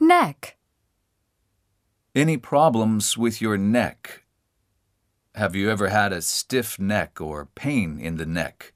neck? Any problems with your neck? Have you ever had a stiff neck or pain in the neck?